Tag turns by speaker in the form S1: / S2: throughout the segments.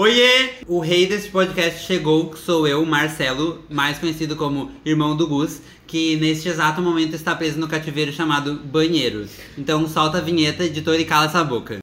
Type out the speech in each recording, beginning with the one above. S1: Oiê! O rei desse podcast chegou, que sou eu, Marcelo, mais conhecido como Irmão do Gus, que neste exato momento está preso no cativeiro chamado Banheiros. Então solta a vinheta, editor, e cala essa boca.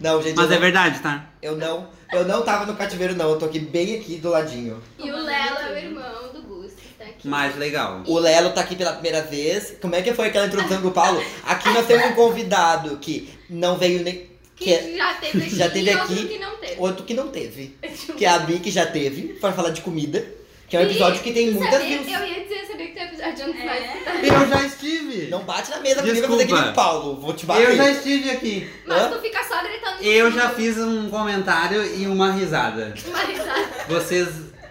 S2: Não, gente,
S1: Mas
S2: eu,
S1: é verdade, tá?
S2: não, eu não. Eu não tava no cativeiro, não. Eu tô aqui bem aqui do ladinho.
S3: E o Lelo é o irmão do Gus, que tá aqui.
S1: Mas legal.
S2: O Lelo tá aqui pela primeira vez. Como é que foi aquela introdução do Paulo? Aqui nós temos um convidado que não veio nem.
S3: que,
S2: Que é
S3: já teve aqui
S2: já teve
S3: e outro
S2: aqui,
S3: que não teve.
S2: outro que não teve. Que é a Bi, que já teve, pra falar de comida. Que é um
S3: E
S2: episódio que tem
S3: tu
S2: muitas
S3: sabia?
S2: views.
S3: Eu ia dizer, eu sabia que tem episódio
S4: É.
S3: antes, mas...
S1: Eu já estive!
S2: Não bate na mesa comigo, eu vou fazer que
S1: Desculpa.
S2: nem o Paulo. Vou te bater.
S1: Eu já estive aqui!
S3: Mas
S2: Hã?
S3: tu fica só gritando.
S1: Eu já fiz um comentário e uma risada.
S3: Uma risada.
S1: Vocês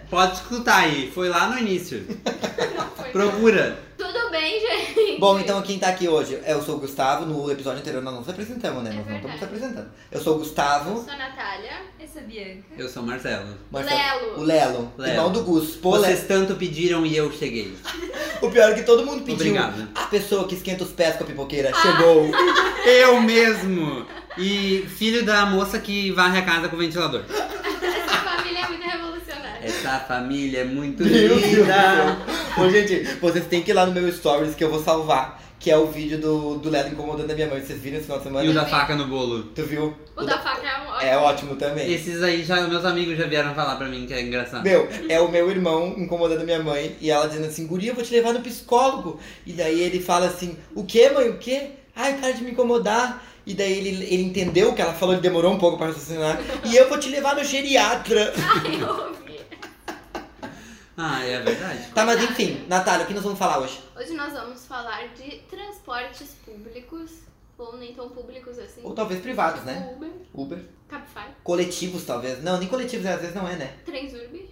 S1: podem escutar aí, foi lá no início.
S3: Não foi.
S1: Procura!
S3: Tudo bem, gente?
S2: Bom, então quem tá aqui hoje, eu sou o Gustavo. No episódio anterior nós não nos apresentamos, né?
S3: É
S2: nós não estamos
S3: verdade.
S2: se apresentando. Eu sou o Gustavo.
S3: Sou a Natália.
S4: Eu sou a Bianca.
S1: Eu sou o Marcelo.
S2: Marcelo-
S3: Lelo.
S2: O Lelo.
S1: Lelo.
S2: Irmão do Gus. Pô, Lelo.
S1: Vocês tanto pediram e eu cheguei.
S2: O pior é que todo mundo pediu.
S1: Obrigado.
S2: A pessoa que esquenta os pés com a pipoqueira chegou.
S1: Eu mesmo! E filho da moça que varre a casa com o ventilador.
S3: Essa família é muito revolucionária.
S1: Essa família é muito
S2: Meu Deus do céu.
S1: linda!
S2: Ô, gente, vocês têm que ir lá no meu stories que eu vou salvar. Que é o vídeo do, do Lelo incomodando a minha mãe. Vocês viram esse final de
S1: E o
S2: semana?
S1: da faca no bolo.
S2: Tu viu?
S3: O da faca é um ótimo.
S2: É ótimo também.
S1: Esses aí, já, meus amigos já vieram falar pra mim que é engraçado.
S2: Meu, é o meu irmão incomodando a minha mãe e ela dizendo assim, guria, eu vou te levar no psicólogo. E daí ele fala assim, o que, mãe? O que? Ai, para de me incomodar. E daí ele, ele entendeu o que ela falou, ele demorou um pouco pra raciocinar. E eu vou te levar no geriatra.
S3: Ai, eu ouvi.
S1: Ah, é verdade.
S2: Tá, mas enfim, Natália, o que nós vamos falar hoje?
S3: Hoje nós vamos falar de transportes públicos, ou nem tão públicos assim.
S2: Ou talvez privados, né?
S3: Uber,
S2: Uber.
S3: Cabify,
S2: Coletivos, talvez. Não, nem coletivos, às vezes não é, né?
S3: Transurb.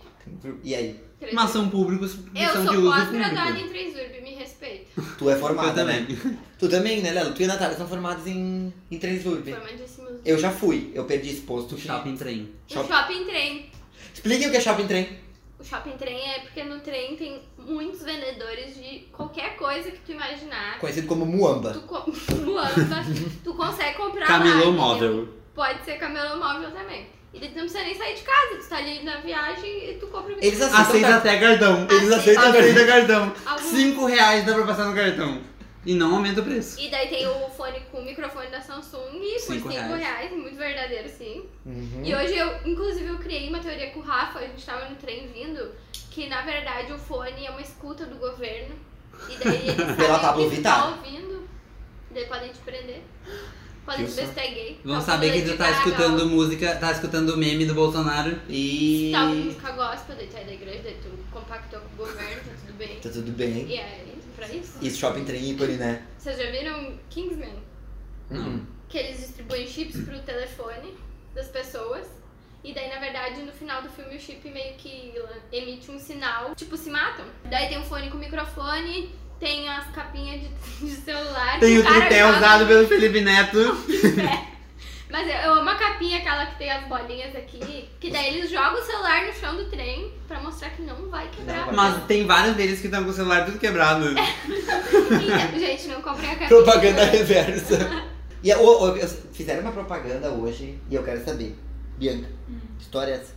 S2: E aí?
S1: Mas são públicos que
S3: Eu
S1: são de
S3: sou
S1: uso
S3: pós-graduada
S1: público.
S3: em Transurb, me respeita.
S2: Tu é
S1: Eu
S2: formada,
S1: também.
S2: né? Tu também, né, Lelo? Tu e a Natália são formadas em, em Transurb.
S3: Formadíssimos.
S2: Eu já fui, eu perdi esse posto.
S1: Shopping trem.
S3: O shopping trem.
S2: Explique o que é shopping trem.
S3: O shopping trem é porque no trem tem muitos vendedores de qualquer coisa que tu imaginar.
S2: Conhecido como Muamba.
S3: Tu, co- Luanda, tu consegue comprar lá,
S1: Camelô
S3: entendeu?
S1: Model.
S3: Pode ser camelô móvel também. E tu não precisa nem sair de casa, tu tá ali na viagem e tu compra o
S2: Eles aceitam.
S1: Aceita
S2: car-
S1: até cartão.
S2: Eles aceitam
S1: Aceita cartão.
S3: Algum-
S1: Cinco reais dá pra passar no cartão. E não aumenta o preço.
S3: E daí tem o fone com o microfone da Samsung por
S1: Cinco
S3: 5
S1: reais.
S3: reais. muito verdadeiro, sim.
S2: Uhum.
S3: E hoje eu, inclusive, eu criei uma teoria com o Rafa, a gente tava no trem vindo, que na verdade o fone é uma escuta do governo. E daí eles
S2: Pela
S3: sabem
S2: Pablo
S3: o que tu
S2: Vittar.
S3: tá ouviu daí podem te prender. Podem
S2: Viu
S3: te
S2: só?
S3: desteguei.
S1: Vão saber
S3: é
S1: que tu tá escutando música, tá escutando o meme do Bolsonaro.
S2: E.
S3: Tava com música tá gospel, daí tu é da igreja, daí tu compactou com o governo, tá tudo bem.
S2: Tá tudo bem.
S3: E é isso, pra isso.
S2: Isso, shopping trem ícone, né? Hum.
S3: Vocês já viram Kingsman?
S1: Não.
S3: que eles distribuem chips pro telefone das pessoas. E daí, na verdade, no final do filme, o chip meio que lan- emite um sinal, tipo, se matam. Daí tem um fone com microfone, tem as capinhas de, de celular.
S1: Tem
S3: que
S1: o
S3: cara
S1: tripé
S3: joga-
S1: usado pelo Felipe Neto.
S3: Mas eu eu amo a capinha, aquela que tem as bolinhas aqui. Que daí eles jogam o celular no chão do trem pra mostrar que não vai quebrar.
S2: Não
S1: Mas tem vários deles que estão com o celular tudo quebrado.
S3: Então, gente, não comprei a capinha.
S2: Propaganda reversa. e a- ô, ô, eu- fizeram uma propaganda hoje e eu quero saber. Bianca, que história é essa?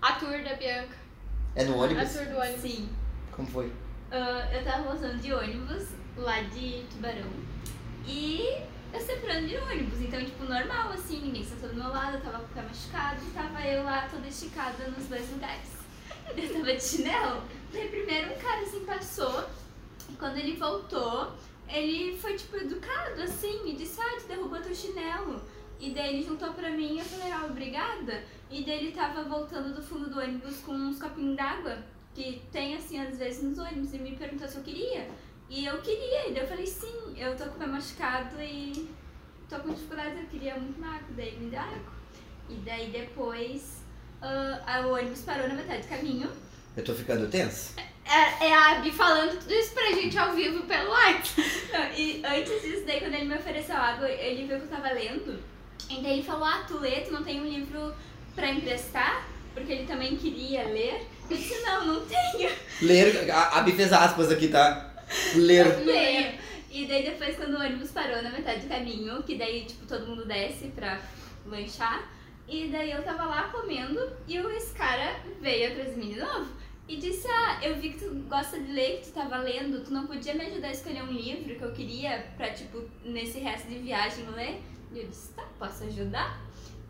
S3: A tour da Bianca.
S2: É no
S3: A
S2: ônibus?
S3: tour do ônibus.
S4: Sim.
S2: Como foi?
S4: Ah, eu tava voltando de ônibus lá de Tubarão. E eu sempre ando de ônibus, então, tipo, normal, assim, ninguém sentou do meu lado, eu tava com o pé machucado e tava eu lá toda esticada nos dois lugares. Eu tava de chinelo. Daí primeiro um cara assim passou, e quando ele voltou, ele foi, tipo, educado, assim, e disse, ah, tu derrubou teu chinelo. E daí ele juntou pra mim e eu falei, ah, obrigada. E daí ele tava voltando do fundo do ônibus com uns copinhos d'água que tem assim às vezes nos ônibus e me perguntou se eu queria. E eu queria, e daí eu falei sim, eu tô com o pé machucado e tô com dificuldades, eu queria muito uma água, daí me dá água. E daí depois ah, a- o ônibus parou na metade do caminho.
S2: Eu tô ficando tenso?
S3: É, é a Bi falando tudo isso pra gente ao vivo pelo like.
S4: Não, e antes disso, daí quando ele me ofereceu água, ele viu que eu tava lendo. E daí ele falou, ah, tu lê, tu não tem um livro pra emprestar? Porque ele também queria ler. E Não, não tenho.
S2: Ler, a, a Bi fez aspas aqui, tá? Ler.
S4: Não tenho. E é daí depois quando o ônibus parou na metade do caminho, que daí tipo todo mundo desce pra lanchar, e daí eu tava lá comendo e o- esse cara veio atrás de mim de novo e disse: "Ah, eu vi que tu gosta de ler, que tu tava lendo, tu não podia me ajudar a escolher um livro que eu queria pra tipo nesse resto de viagem ler?" E eu disse: "Tá, posso ajudar?"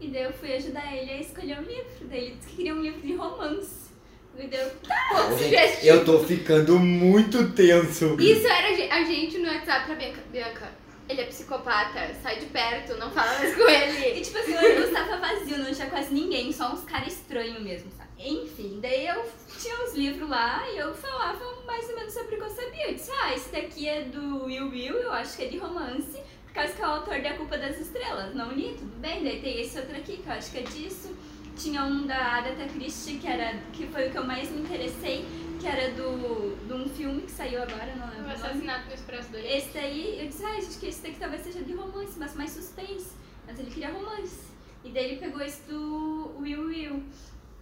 S4: E daí eu fui ajudar ele a escolher um livro. Daí ele disse que queria um livro de romance. E daí eu, tá,
S2: Gente, eu tô ficando muito tenso.
S3: Isso era a gen- a gente no WhatsApp pra Bianca. Bianca, ele é psicopata, sai de perto, não fala mais com
S4: E
S3: ele.
S4: tipo assim, o ônibus tava vazio, não tinha quase ninguém, só uns caras estranhos mesmo, sabe? Enfim, daí eu tinha uns livros lá e eu falava mais ou menos sobre o que eu sabia. Eu disse, ah, esse daqui é do Will Will, eu acho que é de romance, por causa que é o autor de A Culpa das Estrelas. Não li, tudo bem, daí tem esse outro aqui, que eu acho que é disso. Tinha um da Agatha Christie, que, era, que foi o que eu mais me interessei, que era do, de um filme que saiu agora, não
S3: O
S4: lembro o nome.
S3: assassinato no Expresso do Oriente.
S4: Esse daí, eu disse, ah, acho que esse daqui talvez seja de romance, mas mais suspense. Mas ele queria romance. E daí ele pegou esse do Will Will.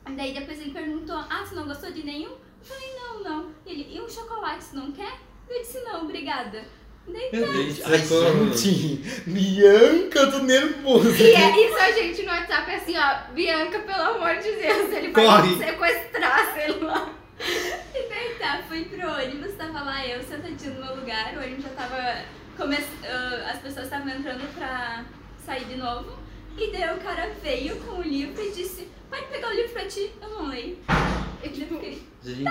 S4: E daí depois ele perguntou, ah, você não gostou de nenhum? Eu falei, não, não. E ele, e um chocolate, você não quer? Eu disse, não, obrigada. E daí,
S2: Meu Deus,
S1: Ai, Então, socorro.
S2: gente. Bianca, eu tô nervoso.
S3: E é isso a gente no WhatsApp é assim, ó, Bianca, pelo amor de Deus, ele vai
S2: Corre.
S3: te sequestrar, sei lá.
S4: e daí tá, fui pro ônibus, tava lá eu sentadinha no meu lugar, o ônibus já tava. Come... ah, as pessoas estavam entrando pra sair de novo. E daí o cara veio com o livro e disse, pode pegar o livro pra ti? Eu não leio.
S3: E,
S4: E daí eu
S3: tipo,
S4: fiquei,
S1: Gente,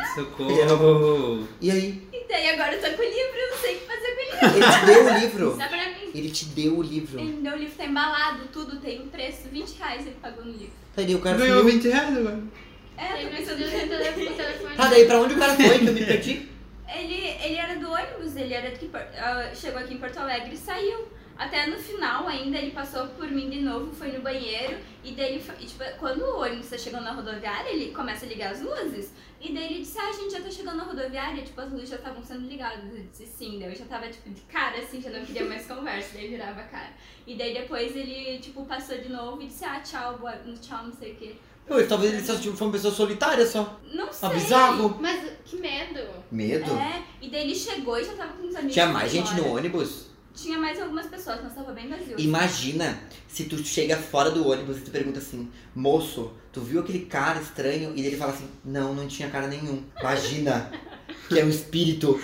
S1: socorro!
S2: E aí?
S4: Então, E daí agora eu tô com o livro, eu não sei o que fazer com ele.
S2: Ele te deu o livro.
S3: dá pra mim.
S2: Ele te deu o livro.
S4: Ele deu o livro, tá embalado, tudo tem um preço, 20 reais ele pagou no livro.
S2: Tá, daí o cara
S1: Ganhou
S2: sumiu.
S1: 20 reais agora.
S4: É,
S3: Ele
S4: tô
S3: me
S4: pensando
S3: deu o tele- o um telefone.
S2: Tá, daí pra onde o cara foi que eu me perdi?
S4: ele, ele era do ônibus, ele era de que por- ah, chegou aqui em Porto Alegre e saiu. Até no final ainda ele passou por mim de novo, foi no banheiro, e daí ele, fa- e, tipo, quando o ônibus tá chegando na rodoviária, ele começa a ligar as luzes. E daí ele disse, ah, gente, já tá chegando na rodoviária, tipo, as luzes já estavam sendo ligadas. Eu disse, sim, daí eu já tava, tipo, de cara, assim, já não queria mais conversa, daí virava a cara. E daí depois ele, tipo, passou de novo e disse, ah, tchau, boa, tchau, não sei o quê.
S2: Pô, talvez ele seja tipo, foi uma pessoa solitária só.
S4: Não sei.
S2: Tá bizarro.
S3: Mas que medo.
S2: Medo?
S4: É, e daí ele chegou e já tava com uns amigos.
S2: Tinha mais gente no
S4: embora.
S2: ônibus?
S4: Tinha mais algumas pessoas, mas tava bem vazio.
S2: Imagina se tu chega fora do ônibus e tu pergunta assim, moço, tu viu aquele cara estranho? E ele fala assim, não, não tinha cara nenhum. Imagina que é um espírito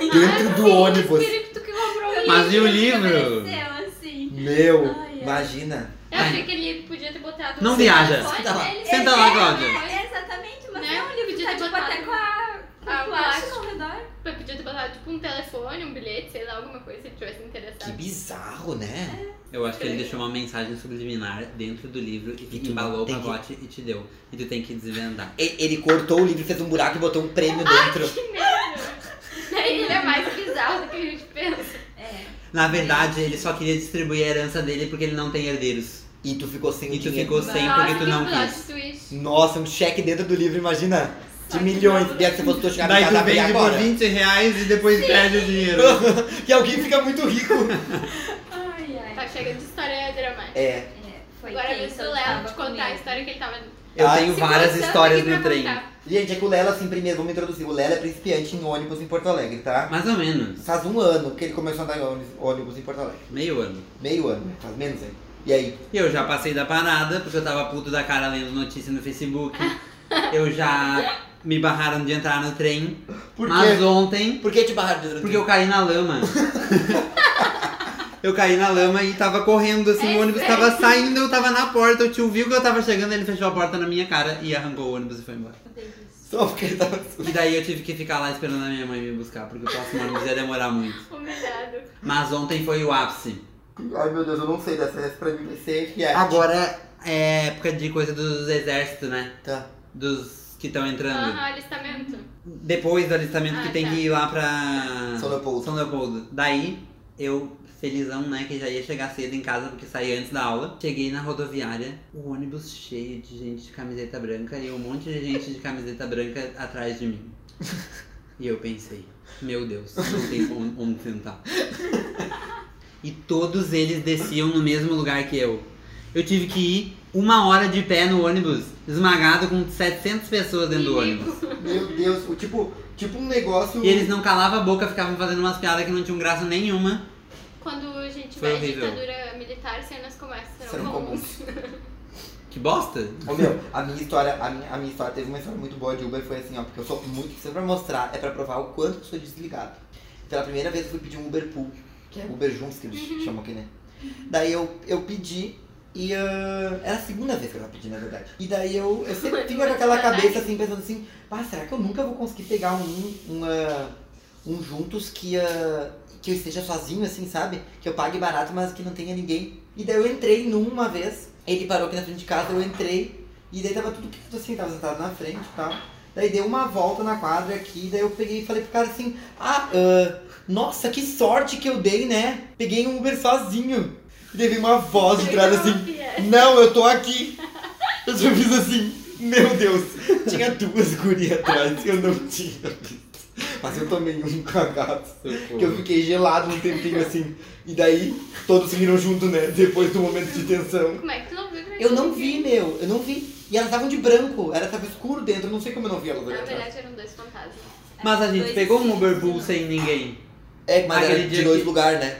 S2: dentro do
S3: O
S2: ônibus.
S3: Ah, espírito que comprou um o
S1: Mas e o livro?
S4: Apareceu, assim.
S2: Meu,
S4: Ai, ai.
S2: imagina.
S3: Eu achei que ele podia ter botado.
S1: Não
S3: um
S1: viaja.
S3: telefone,
S2: Senta lá.
S3: ele-
S1: Senta lá,
S3: é,
S1: Cláudia.
S3: mas-
S4: É, exatamente, mas
S3: Né?
S4: não, ele
S3: Podia
S4: tá,
S3: ter
S4: tipo,
S3: botado Ah,
S4: até com a... Com
S3: a
S4: a plástico ao
S3: plástico.
S4: redor.
S3: Podia ter botado tipo um telefone, um bilhete, sei lá, alguma coisa se ele tivesse
S2: Que
S3: interessado.
S2: bizarro, né?
S1: Eu acho que ele deixou uma mensagem subliminar dentro do livro e
S2: E
S1: que
S2: tu
S1: embalou o
S2: tem que-
S1: pacote e te deu. E tu tem que desvendar.
S2: E- Ele cortou o livro, fez um buraco e botou um prêmio dentro.
S3: Que medo! Daí ele é mais bizarro do que a gente pensa.
S4: É.
S1: Na verdade, ele só queria distribuir a herança dele porque ele não tem herdeiros.
S2: E tu ficou sem
S1: E
S2: o
S1: tu
S2: dinheiro.
S1: ficou sem
S3: Nossa,
S1: porque tu
S3: que
S1: não
S3: plot
S1: quis.
S3: twist.
S2: Nossa, um cheque dentro do livro, imagina. De
S4: Só que
S2: milhões.
S4: não.
S2: Deve que se fosse tu chegar na
S1: Daí
S2: casa
S1: tu
S2: abrir
S1: vende por
S2: agora.
S1: 20 reais e depois perde o dinheiro.
S2: e alguém fica muito rico.
S4: Ai, ai.
S3: Tá chegando de história dramática.
S2: É,
S4: É, foi
S3: Agora é
S4: tenso,
S3: do
S4: eu
S3: Léo
S4: tava
S3: de
S4: com
S3: contar a
S4: medo.
S3: história que ele tava.
S1: Eu
S2: Ai,
S1: tenho
S3: se
S1: várias
S3: coçando
S1: histórias
S3: aqui
S1: no
S3: pra
S1: trem.
S3: contar.
S2: Gente, é que o Lela, assim, primeiro, vamos introduzir. O Lela é principiante em ônibus em Porto Alegre, tá?
S1: Mais ou menos.
S2: Faz um ano que ele começou a andar em ônibus, ônibus em Porto Alegre.
S1: Meio ano.
S2: Meio ano, né? faz menos aí. E aí?
S1: E Eu já passei da parada, porque eu tava puto da cara lendo notícia no Facebook. Eu já me barraram de entrar no trem.
S2: Por
S1: Mas
S2: quê?
S1: ontem,
S2: Por que te barraram de
S1: porque eu caí na lama. Eu caí na lama e tava correndo, assim,
S3: É
S1: o ônibus tava saindo, eu tava na porta, o tio viu que eu tava chegando, ele fechou a porta na minha cara e arrancou o ônibus e foi embora.
S2: Só porque tá- ele tava...
S1: E daí eu tive que ficar lá esperando a minha mãe me buscar, porque o próximo ônibus ia demorar muito.
S3: Humilhado.
S1: Mas ontem foi o ápice.
S2: Ai, meu Deus, eu não sei dessa. Essa pra mim vai ser react.
S1: Agora é época de coisa dos exércitos, né?
S2: Tá.
S1: Dos que estão entrando.
S3: Aham, alistamento.
S1: Depois do alistamento
S3: Ah,
S1: que tem
S3: tá.
S1: que ir lá pra
S2: São Leopoldo.
S1: São Leopoldo. Daí, eu, felizão, né, que já ia chegar cedo em casa porque saí antes da aula. Cheguei na rodoviária, o ônibus cheio de gente de camiseta branca e um monte de gente de camiseta branca atrás de mim. E eu pensei, meu Deus, não tem on- onde sentar. E todos eles desciam no mesmo lugar que eu. Eu tive que ir uma hora de pé no ônibus, esmagado com 700 pessoas dentro do ônibus.
S2: Meu Deus, o tipo, tipo um negócio.
S1: E eles não calavam a boca, ficavam fazendo umas piadas que não tinham graça nenhuma.
S3: Quando a gente
S1: Foi
S3: tiver
S1: horrível.
S3: ditadura militar, cenas como essa serão,
S2: Serão
S3: comuns.
S1: Que bosta!
S2: Ô meu, a minha história, a minha, a minha história teve uma história muito boa de Uber, foi assim, ó, porque eu sou muito. Isso é pra mostrar, é pra provar o quanto eu sou desligado. Pela primeira vez eu fui pedir um Uber Pool, que é Uber Juntos que eles chamam aqui, né? Daí eu, eu pedi e ah, era a segunda vez que eu tava pedindo, na verdade. E daí eu, eu sempre fica com aquela cabeça assim, pensando assim, pá, será que eu nunca vou conseguir pegar um, um, ah, um juntos que, ah, que eu esteja sozinho, assim, sabe? Que eu pague barato, mas que não tenha ninguém. E daí eu entrei num uma vez, ele parou aqui na frente de casa, eu entrei, e daí tava tudo quieto assim, tava sentado na frente e tal. Daí deu uma volta na quadra aqui, daí eu peguei e falei pro cara assim, ah, ah, nossa, que sorte que eu dei, né? Peguei um Uber sozinho. E daí veio uma voz de trás assim, não, eu tô aqui. Eu já fiz assim, meu Deus, tinha duas gurias atrás que eu não tinha visto. Mas eu tomei um cagaço, que eu fiquei gelado um tempinho assim. E daí, todos seguiram junto, né, depois do momento de tensão.
S3: Como é que tu não viu? que
S2: Eu não vi,
S4: né?
S2: meu, eu não vi. E elas estavam de branco, era tava escuro dentro, eu não sei como eu não vi elas ali
S3: Na
S2: atrás.
S3: verdade eram dois fantasmas.
S1: Mas a gente
S4: Dois
S1: pegou um
S4: filhos,
S1: Uber Pool
S4: não.
S1: sem ninguém.
S2: É, mas
S1: Aquele
S2: era de
S1: dia
S2: dois
S1: que-
S2: lugares, né?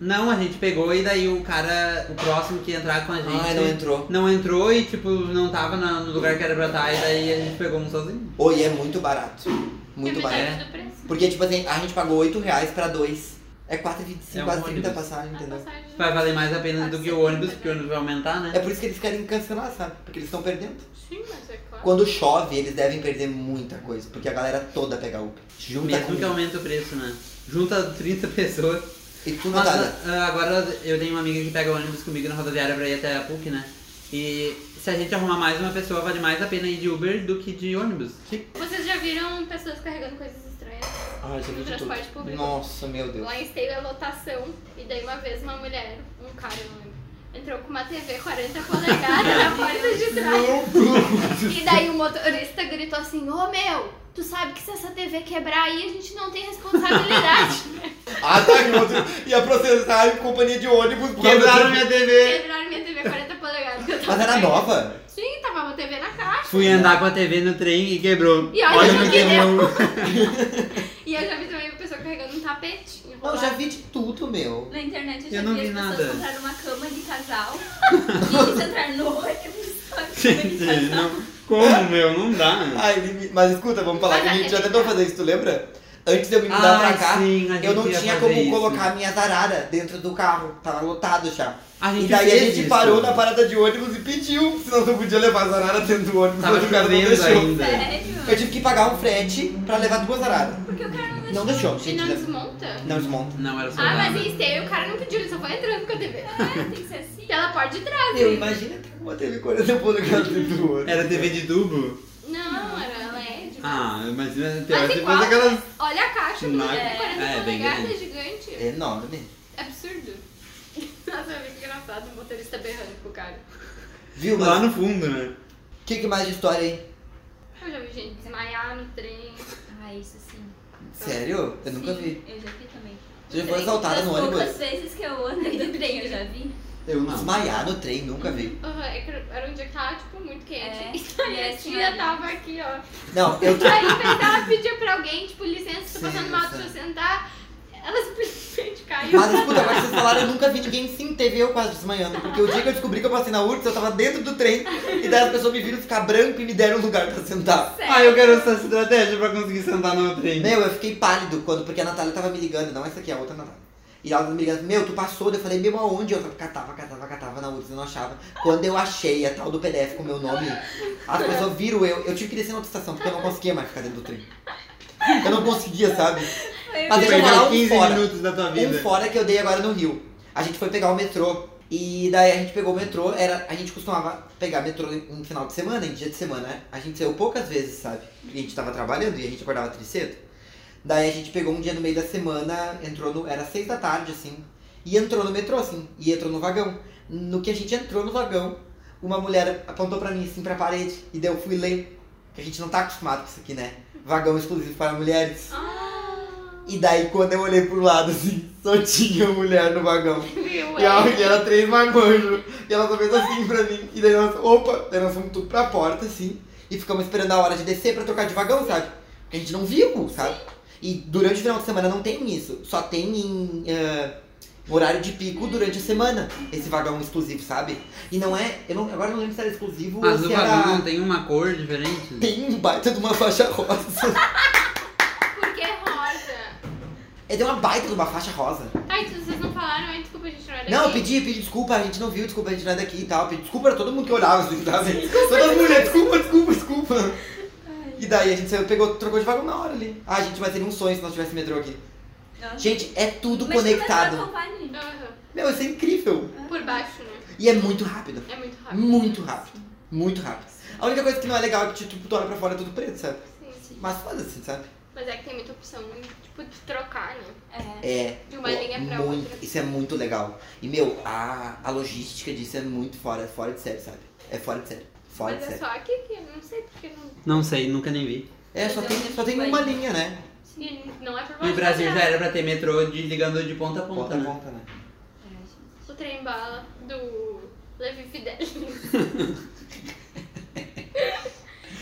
S1: Não, a gente pegou e daí o cara, o próximo que ia entrar com a gente,
S2: Ai, não entrou.
S1: não entrou e tipo, não tava na- no lugar que era pra estar, e daí a gente pegou um sozinho.
S2: Oi, é muito barato. Muito
S3: é
S2: barato.
S3: metade do preço.
S2: Porque, tipo assim, a gente pagou 8 reais pra dois. É Ah, 4,25,
S1: É um
S2: quase
S1: ônibus.
S2: 30 a passagem,
S3: A
S2: entendeu?
S3: passagem-
S1: Vai valer mais a pena do que o ônibus, porque o ônibus vai aumentar, né?
S2: É por isso que eles querem cancelar, sabe? Porque eles estão perdendo.
S3: Sim, mas é claro.
S2: Quando chove, eles devem perder muita coisa, porque a galera toda pega Uber. Junta
S1: Mesmo que
S2: com...
S1: aumente o preço, né? Junta 30 pessoas.
S2: E tu,
S1: Mas
S2: Natália,
S1: ah, agora eu tenho uma amiga que pega ônibus comigo na rodoviária pra ir até a PUC, né? E se a gente arrumar mais uma pessoa, vale mais a pena ir de Uber do que de ônibus.
S3: Vocês já viram pessoas carregando coisas estranhas?
S2: Ah, já vi de
S3: No
S2: tudo.
S3: transporte público.
S2: Nossa, meu Deus.
S3: Lá em Esteio é lotação. E daí uma vez uma mulher, um cara, eu não lembro, entrou com uma TV 40 polegadas na porta de trás. E daí o motorista gritou assim, ô meu, tu sabe que se essa TV quebrar aí, a gente não tem responsabilidade.
S2: Ah, tá, que outro ia processar em companhia de ônibus. por causa
S1: Quebraram
S2: do-
S1: minha TV!
S3: Quebraram minha TV 40 polegadas. que eu tava
S2: Mas era
S3: pegando.
S2: nova.
S3: Sim, tava uma TV na caixa.
S1: Fui andar com a TV no trem e quebrou.
S3: E olha
S1: no
S3: no que deu.
S1: deu.
S3: E eu já vi também uma pessoa carregando um tapete.
S2: Não,
S3: enrolado.
S2: já vi de tudo, meu.
S4: Na internet eu
S1: Eu
S4: já
S1: não
S4: vi
S1: vi
S4: as pessoas
S1: nada.
S4: comprar uma cama de casal e eles entraram no ônibus com a cama de
S1: Gente,
S4: casal.
S1: não. Como, meu? Não dá.
S2: Ai, ele me- mas escuta, vamos falar
S3: Mas
S2: que a
S3: a
S2: gente tá- já
S3: gente-
S2: tentou fazer isso, tu lembra? Antes de eu me mudar
S1: Ai,
S2: pra cá,
S1: sim, a gente
S2: eu não
S1: ia
S2: tinha
S1: fazer
S2: como
S1: isso.
S2: colocar a minha zarara dentro do carro. Tava lotado já.
S1: A gente
S2: e daí a
S1: fez
S2: gente
S1: isso.
S2: parou na parada de ônibus e pediu, senão não podia levar a zarara dentro do ônibus,
S1: Tava
S2: mas o cara não
S1: chovendo
S2: deixou.
S1: ainda.
S2: Eu
S4: Sério?
S2: tive que pagar um frete pra levar duas zararas.
S4: Porque o cara não deixou.
S2: Não deixou,
S3: E
S2: gente.
S3: não
S2: né?
S3: desmonta?
S2: Não desmonta.
S1: Não, era só
S3: Ah,
S1: nada.
S3: mas em Esteio o cara não pediu, ele só foi entrando com a TV.
S4: É, tem que ser assim.
S3: Pela porta de trás.
S2: Eu
S3: né?
S2: imagino até uma TV 40 polegadas dentro do ônibus.
S1: Era TV de tubo?
S3: Não, era é LED.
S1: Ah, imagina.
S3: Mas
S1: Depois
S2: é
S3: igual,
S1: aquelas.
S3: olha a caixa,
S1: Na-
S3: mulher.
S1: é,
S3: 40
S1: bem
S3: polegadas, é gigante.
S2: É enorme.
S3: Absurdo. Nossa, é muito engraçado o motorista berrando com o cara.
S2: Viu,
S1: Lá
S2: mano?
S1: no fundo, né?
S2: O que, que mais de história aí?
S3: Eu já vi gente desmaiar no trem.
S4: Ah, isso sim.
S2: Sério? Eu nunca
S4: Sim,
S2: vi.
S4: Eu já vi também.
S2: Você já foi
S4: Trem.
S2: assaltada no
S4: Das poucas
S2: ônibus?
S4: vezes que eu andei de trem, eu já vi.
S2: Eu
S1: Não.
S2: desmaiar no trem, nunca vi.
S3: Aham, é que era um dia que tava, tipo, muito
S4: É,
S3: quente.
S4: e
S3: E assim,
S4: a
S3: a tia
S4: senhora-
S3: tava aqui, ó.
S2: Não, eu.
S3: Aí depois ela pediu pra alguém, tipo, licença, tô passando mal, deixa eu
S2: Licença.
S3: sentar. Ela simplesmente caiu.
S2: Mas escuta, agora que vocês falaram, eu nunca vi ninguém se teve eu quase desmanhando. Porque o dia que eu descobri que eu passei na URSS, eu tava dentro do trem. E daí as pessoas me viram ficar branco e me deram um lugar pra sentar.
S4: Sério.
S1: Ah, eu quero essa estratégia pra conseguir sentar no trem.
S2: Meu, eu fiquei pálido quando, porque a Natália tava me ligando, não essa aqui, a outra Natália. E ela me ligando, meu, tu passou, Daí eu falei, meu, aonde? Eu catava, catava, catava na URSS, eu não achava. Quando eu achei a tal do PDF com o meu nome, as pessoas viram eu. Eu tive que descer na outra estação, porque eu não conseguia mais ficar dentro do trem. Eu não conseguia, sabe?
S4: Foi
S2: Mas
S4: o
S2: deixa eu
S4: meu-
S2: falar
S1: Perdeu
S2: um
S1: 15
S2: fora.
S1: minutos da tua
S2: Um
S1: vida.
S2: fora que eu dei agora no Rio. A gente foi pegar o metrô. E daí a gente pegou o metrô, era, a gente costumava pegar metrô em em final de semana, em dia de semana. né? A gente saiu poucas vezes, sabe? Porque a gente tava trabalhando e a gente acordava tri cedo. Daí a gente pegou um dia no meio da semana, entrou no. Era seis da tarde, assim. E entrou no metrô, assim. E entrou no vagão. No que a gente entrou no vagão, uma mulher apontou pra mim, assim, pra parede. E daí eu fui ler. Que a gente não tá acostumado com isso aqui, né? Vagão exclusivo para mulheres.
S3: Ah,
S2: E daí quando eu olhei pro lado assim, só tinha mulher no vagão.
S3: viu? é,
S2: E ela, e era três marmanjos. E ela só fez assim pra mim. E daí nós, opa, daí nós fomos tudo pra porta, assim. E ficamos esperando a hora de descer pra trocar de vagão, sabe? Porque a gente não viu, sabe? E durante o final de semana não tem isso. Só tem em ah, horário de pico durante a semana. Esse vagão exclusivo, sabe? E não é. Eu não, agora eu não lembro se era exclusivo
S1: Mas
S2: ou
S1: o
S2: se era.
S1: vagão não tem uma cor diferente?
S2: Tem um baita de uma faixa rosa.
S3: Porque é rosa.
S2: é de uma baita de uma faixa rosa.
S3: Ai, se vocês não falaram, ai, desculpa, a gente não era
S2: Não, eu
S3: daqui.
S2: pedi, pedi desculpa, a gente não viu, desculpa, a gente não é daqui e tal. Pedi desculpa pra todo mundo que olhava, assim, sabe? Todas as mulheres, desculpa, desculpa, desculpa. E daí a gente saiu, pegou, trocou de vagão na hora ali. Ah, gente, mas seria um sonho se nós tivesse metrô aqui.
S4: Nossa.
S2: Gente, é tudo
S4: Mas
S2: conectado.
S4: tu vai pra companhia.
S3: Aham.
S2: Meu, isso é incrível.
S3: Por baixo, né?
S2: E é muito rápido.
S3: É muito rápido.
S2: Muito rápido. Muito rápido. A única coisa que não é legal é que, tipo, tu olha pra fora é tudo preto, sabe?
S3: Sim.
S2: Mas foda-se, sabe?
S3: Mas é que tem muita opção, tipo, de trocar, né?
S4: É.
S2: É.
S3: De uma
S2: pô,
S3: linha pra
S2: muito-
S3: outra.
S2: Isso é muito legal. E, meu, a, a logística disso é muito fora, fora de série, sabe? É fora de série. Fora
S3: Mas
S2: de
S3: é
S2: série.
S3: só aqui que eu não sei porque não.
S1: Não sei, nunca nem vi.
S2: É, só
S4: Mas
S2: tem,
S4: eu
S2: só tem
S4: lembro
S2: uma
S4: bem.
S2: linha, né?
S3: E não é por
S1: No
S3: baixo.
S1: Brasil
S3: não.
S1: já era pra ter metrô de, ligando de ponta a ponta,
S2: Ponta a
S1: né?
S2: ponta, né?
S4: É, gente.
S3: O trem bala do Levi Fidelis.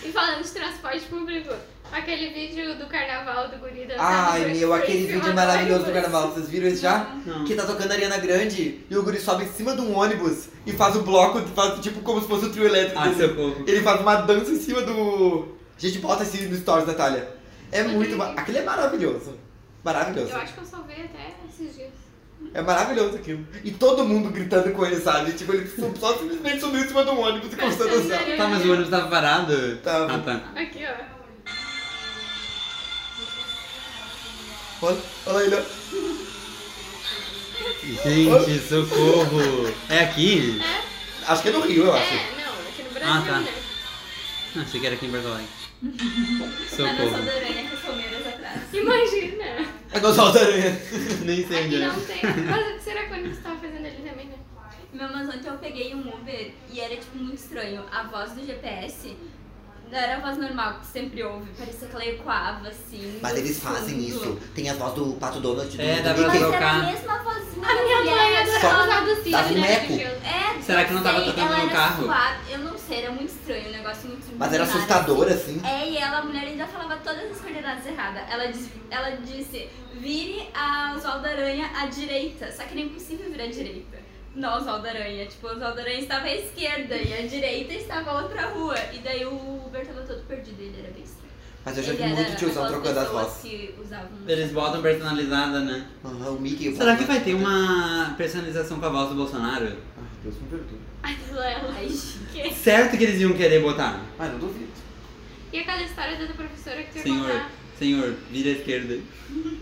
S3: e falando de transporte público, aquele vídeo do carnaval do guri dançando
S2: Ai,
S3: por-
S2: meu,
S3: por
S2: aquele
S3: cima
S2: vídeo
S3: do
S2: maravilhoso do
S3: ônibus.
S2: carnaval. Vocês viram esse já?
S1: Não.
S2: Que tá tocando a Ariana Grande e o guri sobe em cima de um ônibus e faz o bloco, faz tipo como se fosse o trio elétrico.
S1: Ah,
S2: assim.
S1: seu povo.
S2: Ele faz uma dança em cima do. Gente, bota esse no stories, Natália. É
S3: Mas
S2: muito.
S3: é
S2: ma-
S3: lindo.
S2: Aquilo é maravilhoso. Maravilhoso.
S3: Eu acho que eu salvei até esses dias.
S2: É maravilhoso aquilo. E todo mundo gritando com ele, sabe? Tipo, ele só- só simplesmente subiu em cima de um ônibus e começou a
S3: é
S2: dançar.
S1: Tá, mas o ônibus tava parado?
S2: Tava.
S1: Ah, tá.
S3: Aqui, ó.
S2: Olha, olha ele. ó.
S1: Gente, socorro! É aqui?
S2: Acho que é no Rio, eu acho.
S3: É, não, aqui no
S2: Ah,
S3: Brasil,
S1: tá.
S3: né?
S1: Não, Ah, achei que era aqui em Porto Alegre.
S4: Tá na
S1: Socorro.
S4: Saldanha com as palmeiras atrás.
S3: Imagina.
S2: É no Sol da Aranha.
S1: Nem sei onde
S3: Aqui
S1: é.
S3: não tem. Mas será que o ônibus tava fazendo ali também, né?
S4: Meu, mas ontem eu peguei um Uber e era, tipo, muito estranho. A voz do GPS não era a voz normal que sempre ouve. Parecia que ela ecoava, assim.
S2: Mas
S4: no
S2: eles fazem
S4: fundo.
S2: isso. Tem as vozes do Pato Donald do,
S1: É,
S2: do
S1: dá pra
S2: Mickey.
S4: Mas era
S1: trocar.
S4: a mesma vozinha.
S3: A minha
S4: da
S3: mãe
S4: mulher.
S2: Só
S3: adorava usar do Cid,
S2: tava um
S3: né?
S2: eco.
S3: do gelo.
S4: É,
S1: Será que não tava
S4: sei,
S1: tocando
S4: ela
S1: no
S4: era
S1: carro?
S4: suave. Eu não sei, era muito estranho, um negócio muito
S2: Mas era
S4: nada,
S2: assustador, assim.
S4: É, e ela, a mulher, ainda falava todas as coordenadas erradas. Ela, diz- ela disse, vire a Oswaldo Aranha à direita. Só que era impossível virar à direita. Na Oswaldo Aranha. Tipo, a Oswaldo Aranha estava à esquerda e à direita estava a outra rua. E daí o Uber tava todo perdido, ele era bem estranho.
S2: Mas eu já
S4: Ele
S2: vi
S4: era
S2: muito tiozão
S4: aquelas
S2: trocando as
S4: pessoas
S2: vozes.
S4: que usavam...
S1: Eles botam personalizada, né?
S2: Aham, o Mickey. o
S1: Será
S2: Pato
S1: que vai
S2: Donald.
S1: ter uma personalização com a voz do Bolsonaro?
S2: Ai, Ah, Deus me perdoe.
S3: Ai, Lela.
S4: Ai, gente.
S1: Certo que eles iam querer botar.
S2: Ai, não duvido.
S3: E aquela história da professora que tu ia
S1: Senhor,
S3: contar?
S1: senhor, vira à esquerda.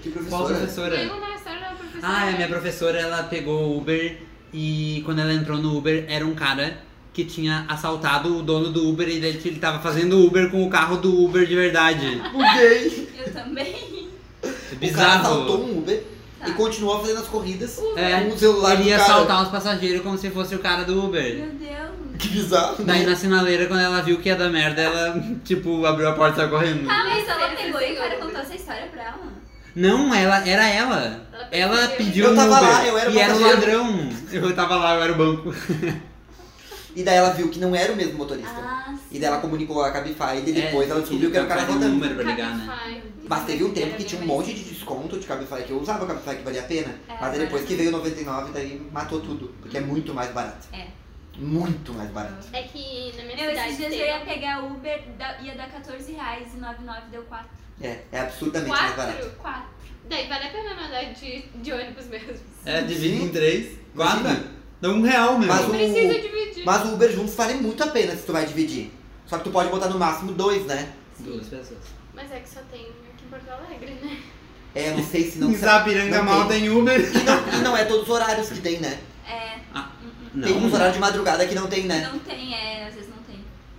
S2: Que
S1: Qual
S2: professora?
S3: Tu
S1: professora?
S3: ia contar a história da
S2: é.
S3: professora?
S1: Ah, a minha professora, ela pegou o Uber e quando ela entrou no Uber, era um cara que tinha assaltado o dono do Uber e ele, ele tava fazendo Uber com o carro do Uber de verdade.
S2: Buguei.
S4: Eu também.
S2: O cara assaltou
S1: Bizarro.
S2: um Uber
S4: Tá.
S2: e continuou fazendo as corridas
S1: É,
S2: com o celular
S1: Ele
S2: do
S1: ia
S2: cara.
S1: assaltar os passageiros como se fosse o cara do Uber.
S4: Meu Deus.
S2: Que bizarro.
S1: Daí na sinaleira, quando ela viu que ia dar merda, ela, tipo, abriu a porta e saiu correndo.
S4: Ah, mas ela pegou e o cara contou essa história pra ela.
S1: Não, ela era ela.
S3: Ela
S1: Ela pediu
S3: pediu Uber.
S2: Eu
S1: um
S2: tava
S1: Uber
S2: lá, eu era
S1: e era o
S2: passageiro.
S1: ladrão. Eu tava lá, eu era o banco.
S2: E daí ela viu que não era o mesmo motorista.
S4: Ah, sim.
S2: E daí ela comunicou a Cabify e depois
S1: É,
S2: ela descobriu que era o cara
S1: trocaram
S2: voltando.
S1: número pra ligar, né?
S3: Cabify.
S2: Mas teve um tempo que tinha um monte de desconto de Cabify, que eu usava Cabify que valia a pena.
S4: É,
S2: mas aí depois
S4: mas-
S2: que veio o 99, daí matou tudo. Porque é muito mais barato.
S4: É.
S2: Muito mais barato.
S3: É que na minha
S4: Meu, esses
S3: cidade
S4: dias
S3: teve
S4: eu ia pegar Uber, da- ia dar 14 reais e 99 deu 4.
S2: É, é absurdamente mais barato.
S3: quatro.
S4: 4.
S3: Daí vale a pena não andar de, de ônibus mesmo.
S1: É, divide em três, quatro.
S2: Imagina.
S1: Dá um real, meu.
S2: Mas o-
S3: Precisa dividir.
S2: Uh, Mas o Uber juntos vale muito a pena se tu vai dividir. Só que tu pode botar no máximo dois, né?
S1: Duas pessoas.
S3: Mas é que só tem aqui em Porto Alegre, né?
S2: É, não sei se não...
S1: Em Sapiranga
S2: não
S1: mal
S2: tem.
S1: tem Uber.
S2: E não, e não é todos os horários que tem, né?
S4: É,
S1: Não.
S2: Tem uns horários de madrugada que não tem, né?
S4: não tem, é, às vezes não tem.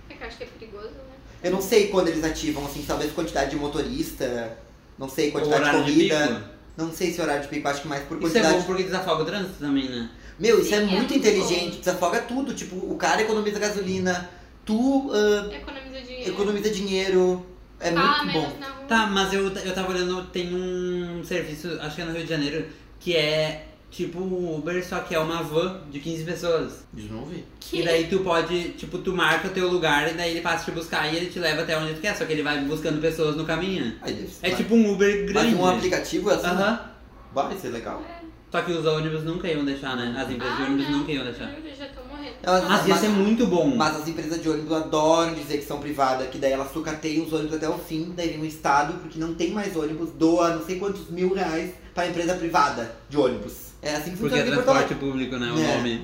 S3: É que eu acho que é perigoso, né?
S2: Eu não sei quando eles ativam, assim, talvez quantidade de motorista, não sei,
S1: O
S2: quantidade de
S1: horário de
S2: corrida.
S1: pico.
S2: não sei se é horário de pico, acho que mais por
S1: Isso é
S2: quantidade.
S1: bom porque desafoga o trânsito também, né?
S2: Meu, isso é,
S4: Sim, é
S2: muito,
S4: muito
S2: inteligente,
S4: bom.
S2: desafoga tudo. Tipo, o cara economiza gasolina, tu ah,
S3: Economiza
S4: É.
S3: dinheiro.
S2: economiza dinheiro. É
S4: Ah,
S3: Fala
S2: muito
S3: menos
S2: bom.
S3: na rua.
S1: Tá, mas eu, eu tava olhando, tem um serviço, acho que é no Rio de Janeiro, que é tipo um Uber, só que é uma van de 15 pessoas.
S2: Isso eu não vi.
S1: E daí tu pode, tipo, tu marca o teu lugar e daí ele passa te buscar e ele te leva até onde tu quer, só que ele vai buscando pessoas no caminho.
S2: Aí deve ser.
S1: É tipo um Uber
S2: Mas
S1: grande.
S2: um aplicativo é assim.
S1: Aham.
S2: Vai ser legal.
S1: Só que os ônibus nunca iam deixar, né? As empresas de
S3: Ah,
S1: ônibus
S3: não.
S1: nunca iam deixar.
S3: Eu já tô morrendo.
S2: Elas-
S1: Mas ia ser muito bom.
S2: Mas as empresas de ônibus adoram dizer que são privadas, que daí elas sucateiam os ônibus até o fim, daí vem um estado, porque não tem mais ônibus, doa não sei quantos mil reais pra empresa privada de ônibus. É assim que
S1: Porque
S2: funciona
S1: é
S2: aqui em Porto Alegre.
S1: transporte público, né? O
S2: É.
S1: nome.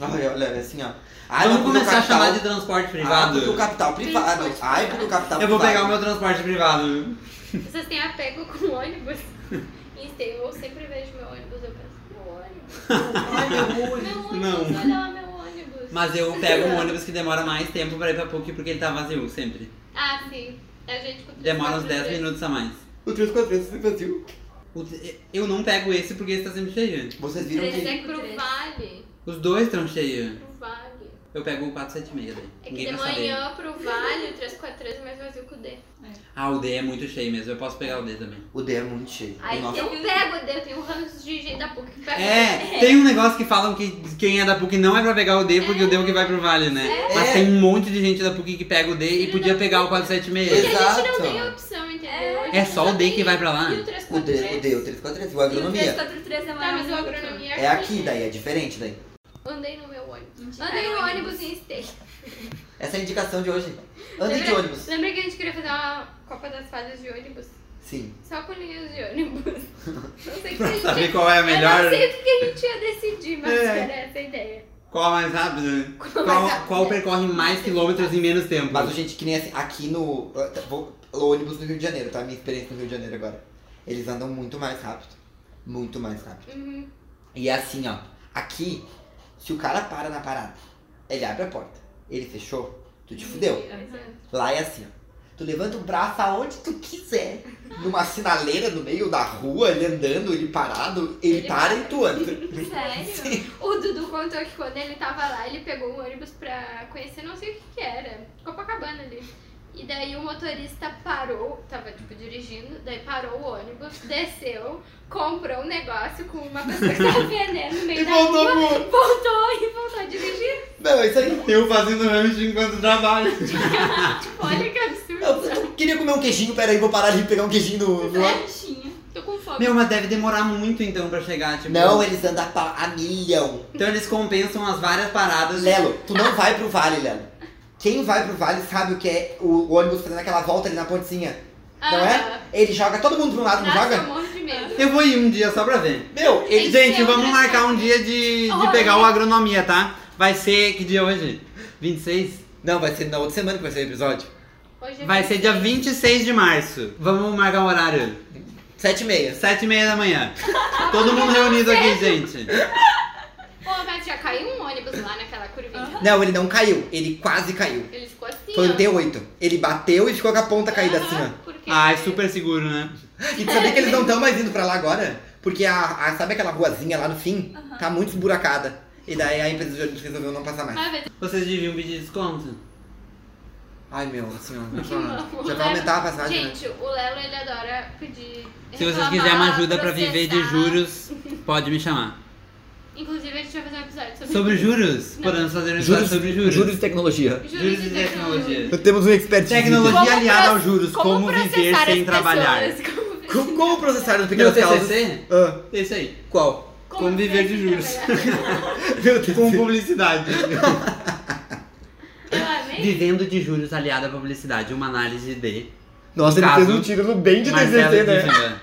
S2: Ai, olha, é assim, ó.
S1: Vamos
S2: porque o
S1: começar a
S2: capital-
S1: chamar de transporte
S2: Ah, porque
S1: privado.
S2: o capital privado.
S3: Transporte
S2: Ai, porque o capital
S1: Eu vou
S2: privado.
S1: pegar um o meu transporte privado.
S3: Vocês têm apego com ônibus? Entendeu? Eu sempre vejo meu ônibus, eu penso, meu ônibus.
S2: Ai, meu olho.
S3: Meu
S1: Não.
S3: ônibus, olha lá meu ônibus.
S1: Mas eu pego um ônibus que demora mais tempo pra ir pra PUC porque ele tá vazio sempre.
S3: Ah, sim. A gente com
S1: Demora uns 10
S3: transporte-
S1: minutos a mais.
S2: O 343 do Brasil.
S1: O- Eu não pego esse porque esse tá sempre cheio.
S2: Vocês viram
S3: Mas
S2: que.
S3: é pro vale.
S1: Os dois estão cheios.
S3: Pro vale.
S1: Eu pego o 476 daí.
S3: É que
S1: Ninguém
S3: de
S1: vai saber.
S3: manhã pro vale, o 343 é mais vazio que o D.
S1: Ah, o D é muito cheio mesmo. Eu posso pegar o D também.
S2: O D é muito cheio.
S4: Ai,
S2: o nosso...
S3: Eu pego o D, eu tenho um ranço de jeito da PUC que pega
S1: É, tem um negócio que falam que quem é da PUC não é pra pegar o D porque o D é o que vai pro vale, né? Mas
S2: É.
S1: tem um monte de gente da PUC que pega o D e
S3: Filho
S1: podia
S3: da
S1: pegar o
S3: Porque
S1: 476.
S3: a gente
S2: Exato.
S3: não tem opção, entendeu?
S1: É só o D que vai pra lá.
S3: E o
S2: O D, o
S3: 343?
S2: D, o 343, o
S4: E o
S2: agronomia.
S4: 343 é
S3: Tá,
S4: maior
S3: mas o
S4: do que
S3: agronomia
S2: É aqui daí, é diferente daí.
S3: Andei no meu ônibus.
S4: Gente,
S3: Andei no
S4: caiu
S3: ônibus em esteio.
S2: Essa é a indicação de hoje. Andem de
S3: Lembra-
S2: ônibus.
S3: Lembra que a gente queria fazer uma Copa das Fadas de ônibus?
S2: Sim.
S3: Só com linhas de ônibus. Não sei o que a
S1: Pra
S3: gente...
S1: saber qual é a melhor.
S3: Eu não sei o que que a gente ia decidir, mas
S1: É.
S3: era essa a ideia.
S1: Qual é a mais rápida? né? Qual,
S3: mais rápida?
S1: qual percorre mais quilômetros em menos tempo?
S2: Mas, gente, que nem assim, aqui no. vou- ônibus no Rio de Janeiro, tá? Minha experiência no Rio de Janeiro agora. Eles andam muito mais rápido. Muito mais rápido.
S3: Uhum.
S2: E é assim, ó. Aqui, se o cara para na parada, ele abre a porta, ele fechou, tu
S3: Uhum.
S2: te fudeu. Lá é assim, ó. Tu levanta o braço aonde tu quiser. Numa sinaleira no meio da rua, ele andando, ele parado, ele,
S3: Ele
S2: para e tu entra.
S4: Sério?
S3: O Dudu contou que quando ele tava lá, ele pegou um ônibus pra conhecer não sei o que que era. Copacabana ali. E daí o motorista parou, tava tipo dirigindo, daí parou o ônibus, desceu, comprou um negócio com uma pessoa que tava vendendo no meio
S2: E
S3: da
S2: voltou
S3: rua,
S2: pro-
S3: voltou e voltou a dirigir.
S2: Não, isso aí.
S1: Eu fazendo rancho enquanto trabalho.
S3: Tipo, olha que
S2: Eu,
S3: absurdo.
S2: eu queria comer um queijinho, peraí, vou parar ali e pegar um queijinho no. no-
S4: Certinho.
S3: Tô com fome.
S1: Meu, mas deve demorar muito então pra chegar, tipo.
S2: Não, é- eles andam a pa- a milhão.
S1: Então eles compensam as várias paradas.
S2: Lelo, tu não vai pro vale, Lelo. Quem vai pro vale sabe o que é o ônibus fazendo aquela volta ali na pontezinha. Não
S3: Ah,
S2: é? Ele joga todo mundo pra um lado, não
S3: Nossa, eu
S2: joga?
S3: morro de medo.
S1: Eu vou ir um dia só pra ver.
S2: Meu, ele.
S1: Gente,
S3: ser
S1: vamos
S3: outra
S1: marcar
S3: cidade.
S1: um dia de, de
S3: Olha.
S1: pegar o agronomia, tá? Vai ser que dia hoje? 26?
S2: Não, vai ser na outra semana que vai ser o episódio.
S3: Hoje é
S1: Vai ser dia 26 de março. Vamos marcar um horário.
S2: Sete e meia.
S1: Sete e meia da manhã. Todo mundo reunido aqui, gente.
S3: Pô, mas já caiu um ônibus lá naquela curvinha.
S2: Não, ele não caiu. Ele quase caiu.
S3: Ele ficou assim,
S2: Foi
S3: ó.
S2: um T8. Ele bateu e ficou com a ponta caída assim, ó.
S3: Porque...
S1: Ai, super seguro, né?
S2: E tu sabia que eles não estão mais indo pra lá agora? Porque a, a- sabe aquela ruazinha lá no fim? Tá muito esburacada. E daí a empresa de ônibus resolveu não passar mais.
S3: Ah, vai ter
S1: Vocês deviam pedir desconto.
S2: Ai meu, assim, ó.
S3: que louco.
S2: Já vai aumentar a passagem, né?
S3: Gente, o Lelo, ele adora pedir...
S1: Se vocês
S3: reclamar,
S1: quiserem uma ajuda pra viver de
S3: processar.
S1: juros, pode me chamar.
S3: Inclusive, a gente vai fazer um episódio sobre...
S1: Sobre juros? Podemos fazer um episódio sobre juros.
S2: e tecnologia.
S3: Juros,
S1: Juros e tecnologia.
S2: Temos um expert
S1: Tecnologia
S3: Como
S1: aliada
S3: pro-
S1: aos juros, como, viver
S3: processar
S1: sem
S3: as
S1: trabalhar.
S3: pessoas, como-
S2: Como, como processar as
S1: Meu
S2: pequenas causas?
S1: TCC?
S2: Ah,
S1: Esse aí.
S2: qual?
S1: Como, viver de
S3: sem
S1: juros.
S3: trabalhar.
S2: Meu TCC.
S1: Com publicidade.
S3: Eu amei.
S1: Vivendo de juros aliada à publicidade. Uma análise de...
S2: Nossa, um
S1: Caso.
S2: tiro no bem
S1: Marcelo Dívida.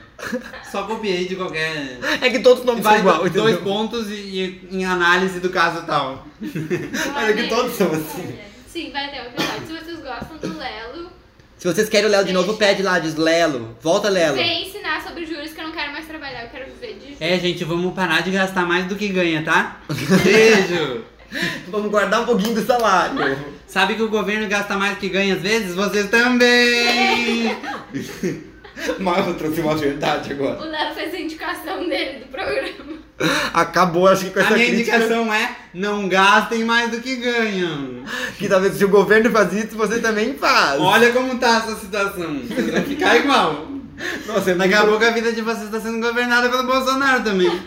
S1: Só copiei de qualquer...
S2: né? É que todos os nomes
S1: Vai
S2: são igual,
S1: dois
S2: entendeu?
S1: pontos e, e em análise do caso tal.
S3: Eu
S2: Olha que
S3: amei.
S2: todos são assim.
S3: Sim, vai ter um episódio. Se vocês gostam do Lelo,
S2: Se vocês querem o Léo de novo, pede lá, diz Lelo. Volta, Lelo.
S3: vem ensinar sobre juros que eu não quero mais trabalhar, eu quero viver de juros.
S1: É, gente, vamos parar de gastar mais do que ganha, tá? Beijo!
S2: Vamos guardar um pouquinho do salário.
S1: Sabe que o governo gasta mais do que ganha às vezes? Vocês também!
S2: Mas eu trouxe uma verdade
S3: O
S2: agora.
S3: Léo fez a indicação dele do programa.
S2: Acabou, acho que com
S1: A minha indicação é: não gastem mais do que ganham.
S2: Que talvez se o governo faz isso, você também faz.
S1: Olha como tá essa situação. Vocês vão ficar igual.
S2: Nossa, é
S1: Daqui a pouco a vida de vocês tá sendo governada pelo Bolsonaro também.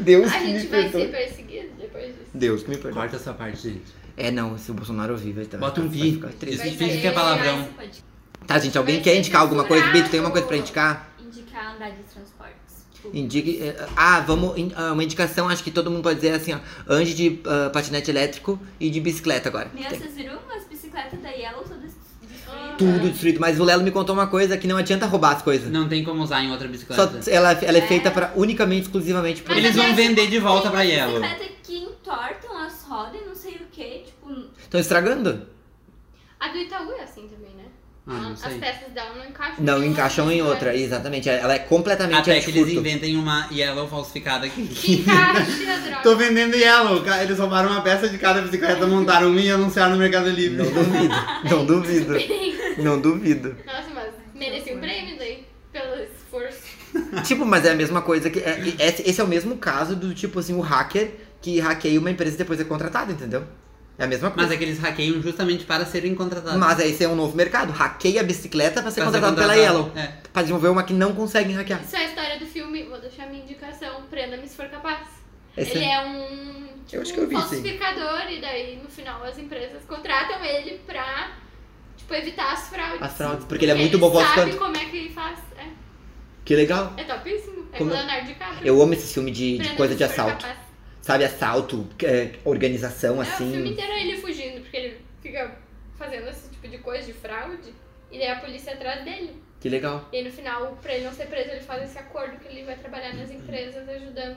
S2: Deus
S3: A
S2: que me
S3: gente vai ser
S2: perdoe.
S3: perseguido depois disso.
S2: Deus que me perdoe.
S1: Corta essa parte, gente.
S2: É, não, se o Bolsonaro ouvir, vai estar.
S1: Bota um
S2: vai
S1: vi.
S2: ficar triste.
S1: Vai
S3: Vai
S1: finge
S3: sair
S1: que é palavrão.
S4: Esse podcast.
S2: Tá, gente, alguém
S3: Vai
S2: quer
S3: ser
S2: indicar alguma coisa?
S3: censurado.
S2: Bi, tu tem uma coisa pra indicar?
S4: Indicar andar de transportes. públicos.
S2: Indique. eh, Ah, vamos. in- ah, Uma indicação, acho que todo mundo pode dizer assim, ó. Ande de ah, patinete elétrico e de bicicleta agora.
S4: Meu,
S2: Tem.
S4: vocês viram as bicicletas da Yellow todas destruídas?
S2: Tudo destruído. Mas o Lelo me contou uma coisa que não adianta roubar as coisas.
S1: É. Não tem como usar em outra
S2: Só
S1: bicicleta.
S2: ela, ela é
S4: É.
S2: feita pra, unicamente, exclusivamente por.
S3: Mas
S1: Eles vão
S3: aliás,
S1: vender de volta pra
S4: Tem
S1: Yellow.
S4: bicicleta que entortam as rodas e não sei o que, tipo...
S2: Estão estragando?
S3: A do Itaú é assim também, né?
S1: Ah, não
S3: As
S1: sei.
S3: peças dela não encaixam. né?
S2: Não
S3: em uma
S2: encaixam em
S3: peça.
S2: outra, exatamente. Ela é completamente
S1: Até que eles
S2: antifurto.
S1: inventem uma Yellow falsificada
S3: Que
S1: aqui.
S3: encaixa, droga.
S1: Tô vendendo Yellow. Ca- Eles roubaram uma peça de cada bicicleta, montaram uma e anunciaram no Mercado Livre.
S2: Não duvido, não duvido, não duvido.
S3: Nossa, mas mereci um prêmio daí. Pelo esforço.
S2: Tipo, mas é a mesma coisa que. é- esse esse é o mesmo caso do tipo assim, o hacker que hackeia uma empresa e depois é contratado, entendeu? É a mesma coisa.
S1: Mas é que eles hackeiam justamente para serem contratados.
S2: Mas aí esse é um novo mercado. Hackeia a bicicleta pra ser
S1: Pra ser
S2: contratado pela Yellow.
S1: É.
S2: Pra desenvolver uma que não conseguem hackear.
S3: Isso é a história do filme. Vou deixar minha indicação. Prenda-me se for capaz.
S2: Esse
S3: Ele é um, tipo,
S2: Eu acho que eu vi,
S3: um
S2: sim.
S3: falsificador e daí no final as empresas contratam ele pra tipo, evitar as fraudes.
S2: As fraudes, porque ele é muito bom
S3: sabe
S2: falsificando.
S3: como é que ele faz. É,
S2: Que legal.
S3: é topíssimo. É
S2: Como-
S3: com Leonardo DiCaprio.
S2: Eu amo esse filme de, de
S3: Prenda-me
S2: coisa
S3: se
S2: de
S3: for
S2: assalto.
S3: capaz.
S2: Sabe, assalto, é, organização,
S3: É, o filme
S2: assim.
S3: inteiro é ele fugindo, porque ele fica fazendo esse tipo de coisa de fraude. E daí a polícia é atrás dele.
S2: Que legal.
S3: E aí, no final, pra ele não ser preso, ele faz esse acordo que ele vai trabalhar nas empresas ajudando.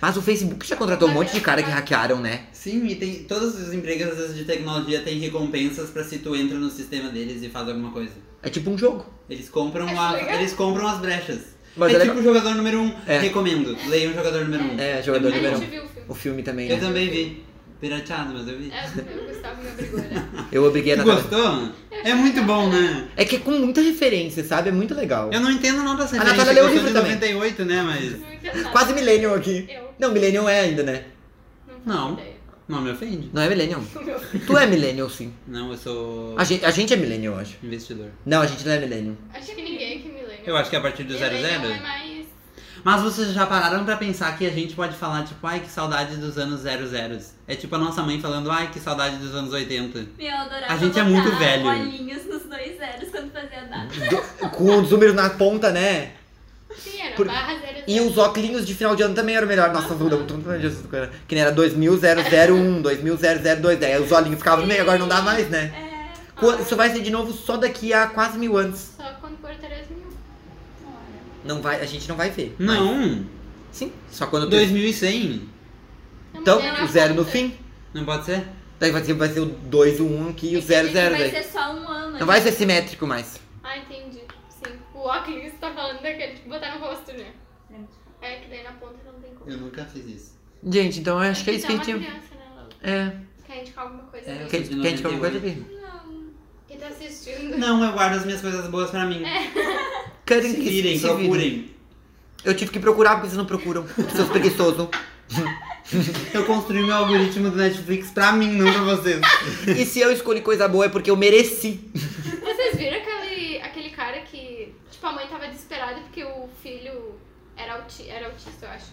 S2: Mas o Facebook já contratou um monte de cara que
S3: é
S2: hackearam, né?
S1: Sim, e tem todas as empresas de tecnologia têm recompensas pra se tu entra no sistema deles e faz alguma coisa.
S2: É tipo um jogo.
S1: Eles compram,
S3: Acho
S1: a-
S3: legal.
S1: eles compram as brechas.
S2: Mas
S1: é
S2: é
S1: tipo o jogador número 1. Um.
S2: É.
S1: Recomendo. Leiam o jogador número 1. Um.
S2: É, jogador
S1: É
S2: de
S1: muito
S3: a
S2: verão.
S3: gente viu o filme.
S2: O filme também,
S1: Eu
S2: né?
S1: também vi. Pirateado, mas eu vi.
S3: É, o Gustavo me obrigou, né?
S2: Eu obriguei a
S1: Tu
S2: Natália.
S1: gostou? É muito bom, né?
S2: É que é com muita referência, sabe? É muito legal.
S1: Eu não entendo nada dessa
S2: A
S1: referência.
S2: Natália leu o
S1: gostou
S2: livro
S1: de
S2: também.
S1: 98, né? Mas
S3: Não entendo nada.
S2: Quase millennial aqui.
S3: Eu
S2: Não, millennial é ainda, né?
S3: não faço
S1: Não.
S3: ideia.
S1: não me ofende.
S2: Não é millennial.
S3: O meu-
S2: Tu é millennial, sim.
S1: Não, eu sou
S2: A gente, a gente é millennial, eu acho.
S1: investidor.
S2: Não, a gente não é millennial.
S3: Acho que ninguém que me lembra.
S1: Eu acho que é a partir do
S3: Ele não é
S1: 00.
S3: mais.
S1: Mas vocês já pararam pra pensar que a gente pode falar, tipo, ai, que saudade dos anos 00. É tipo a nossa mãe falando, ai, que saudade dos anos 80.
S4: Meu, eu adorava
S1: A gente é
S4: botar
S1: muito velho. Né?
S4: bolinhas nos dois zeros quando fazia data.
S2: Do- com os números na ponta, né?
S3: Sim, era
S2: Por-
S3: barra 00.
S2: E os óculos de final de ano também eram melhor. Nossa, mudou muito pra Jesus do Coelho. Que nem era 2001, 2002. né? Aí os olhinhos ficavam no meio, agora não dá mais, né?
S4: É.
S2: Qu- Isso vai ser de novo só daqui a quase mil anos.
S3: Só quando for 3 mil.
S2: Não vai, a gente não vai ver. mais.
S1: Não!
S2: Sim, só quando...
S1: 2100?
S2: Então,
S3: é
S2: o zero no fim.
S1: Não pode ser?
S2: Daí vai ser, vai ser o 2, o 1 aqui e o
S4: É que a
S2: 0,
S4: gente
S2: 0
S4: Vai
S2: daí.
S4: ser só um ano.
S2: Não vai
S4: gente.
S2: ser simétrico mais.
S3: Ah, entendi. Sim. O óculos tá falando daquele de botar no rosto, né? É, que daí na ponta não tem como.
S1: Eu nunca fiz isso.
S2: Gente, então eu acho que é isso que a
S3: Então,
S2: gente...
S3: uma criança, né, Laura?
S2: É,
S3: Quer indicar alguma coisa?
S1: É.
S2: que,
S1: Eu sou de
S2: que a gente alguma coisa é aqui.
S3: Quem tá assistindo?
S1: Não, eu guardo as minhas coisas boas pra mim.
S3: É.
S2: Querem
S1: Se
S2: que
S1: virem,
S2: se virem.
S1: procurem.
S2: Eu tive que procurar porque vocês não procuram. Seus preguiçosos.
S1: Eu construí meu algoritmo do Netflix pra mim, não pra vocês.
S2: e se eu escolhi coisa boa é porque eu mereci.
S3: Vocês viram aquele, aquele cara que. Tipo, a mãe tava desesperada porque o filho era, auti era autista, eu acho.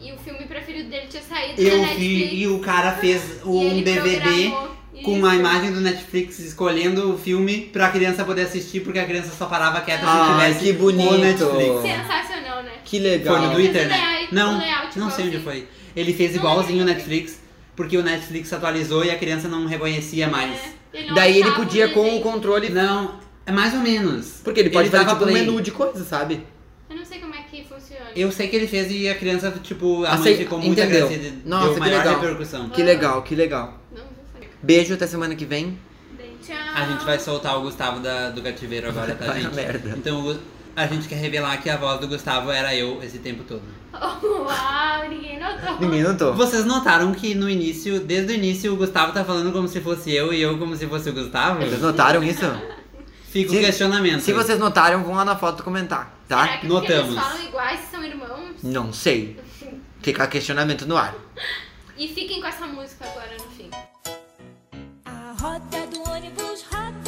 S3: E o filme preferido dele tinha saído
S1: Eu
S3: na Netflix.
S1: vi, e o cara fez
S3: e
S1: um
S3: ele
S1: DVD
S3: programou
S1: com
S3: isso.
S1: a imagem do Netflix escolhendo o filme pra criança poder assistir, porque a criança só parava quieta se
S2: Ai,
S1: tivesse
S2: que
S1: o Netflix.
S2: bonito.
S3: Sensacional, né?
S2: Que
S1: Foi
S2: legal.
S1: no Twitter, né?
S3: Esse layout-
S1: Não,
S3: o layout
S1: não sei onde
S3: igualzinho.
S1: foi. Ele fez
S3: tipo, assim. Não,
S1: igualzinho o
S3: não.
S1: Netflix, porque o Netflix atualizou e a criança não reconhecia mais.
S3: É, não
S2: Daí ele
S3: achava o
S2: podia com o
S3: desenho.
S2: controle...
S1: Não, é mais ou menos.
S2: Porque ele pode
S1: Ele
S2: fazer
S1: dava
S2: tipo um
S1: play.
S2: menu de coisa, sabe?
S3: Eu não sei como é que funciona.
S1: Eu sei que ele fez e a criança, tipo, a
S2: Acei-
S1: mãe ficou muito
S2: entendeu.
S1: agradecida.
S2: Nossa,
S1: deu
S2: que
S1: maior
S2: legal.
S1: repercussão.
S2: Que legal, que legal.
S3: Não vou fazer.
S2: Beijo, até semana que vem.
S3: Tchau.
S1: A gente vai soltar o Gustavo da- do cativeiro agora, tá,
S2: Vai a
S1: gente?
S2: merda.
S1: Então o Gu- a gente quer revelar que a voz do Gustavo era eu esse tempo todo.
S3: Uau, ninguém notou.
S2: Ninguém notou.
S1: Vocês notaram que no início, desde o início, o Gustavo tá falando como se fosse eu e eu como se fosse o Gustavo?
S2: Vocês notaram isso?
S1: Fica
S2: Se-
S1: o questionamento.
S2: Se vocês notaram, vão lá na foto comentar,
S3: Será
S2: tá?
S3: que É, porque
S1: Ah, Notamos.
S3: Eles falam iguais, são irmãos.
S2: Não sei. Fica questionamento no ar.
S3: E fiquem com essa música agora no fim.
S5: A rota do ônibus roda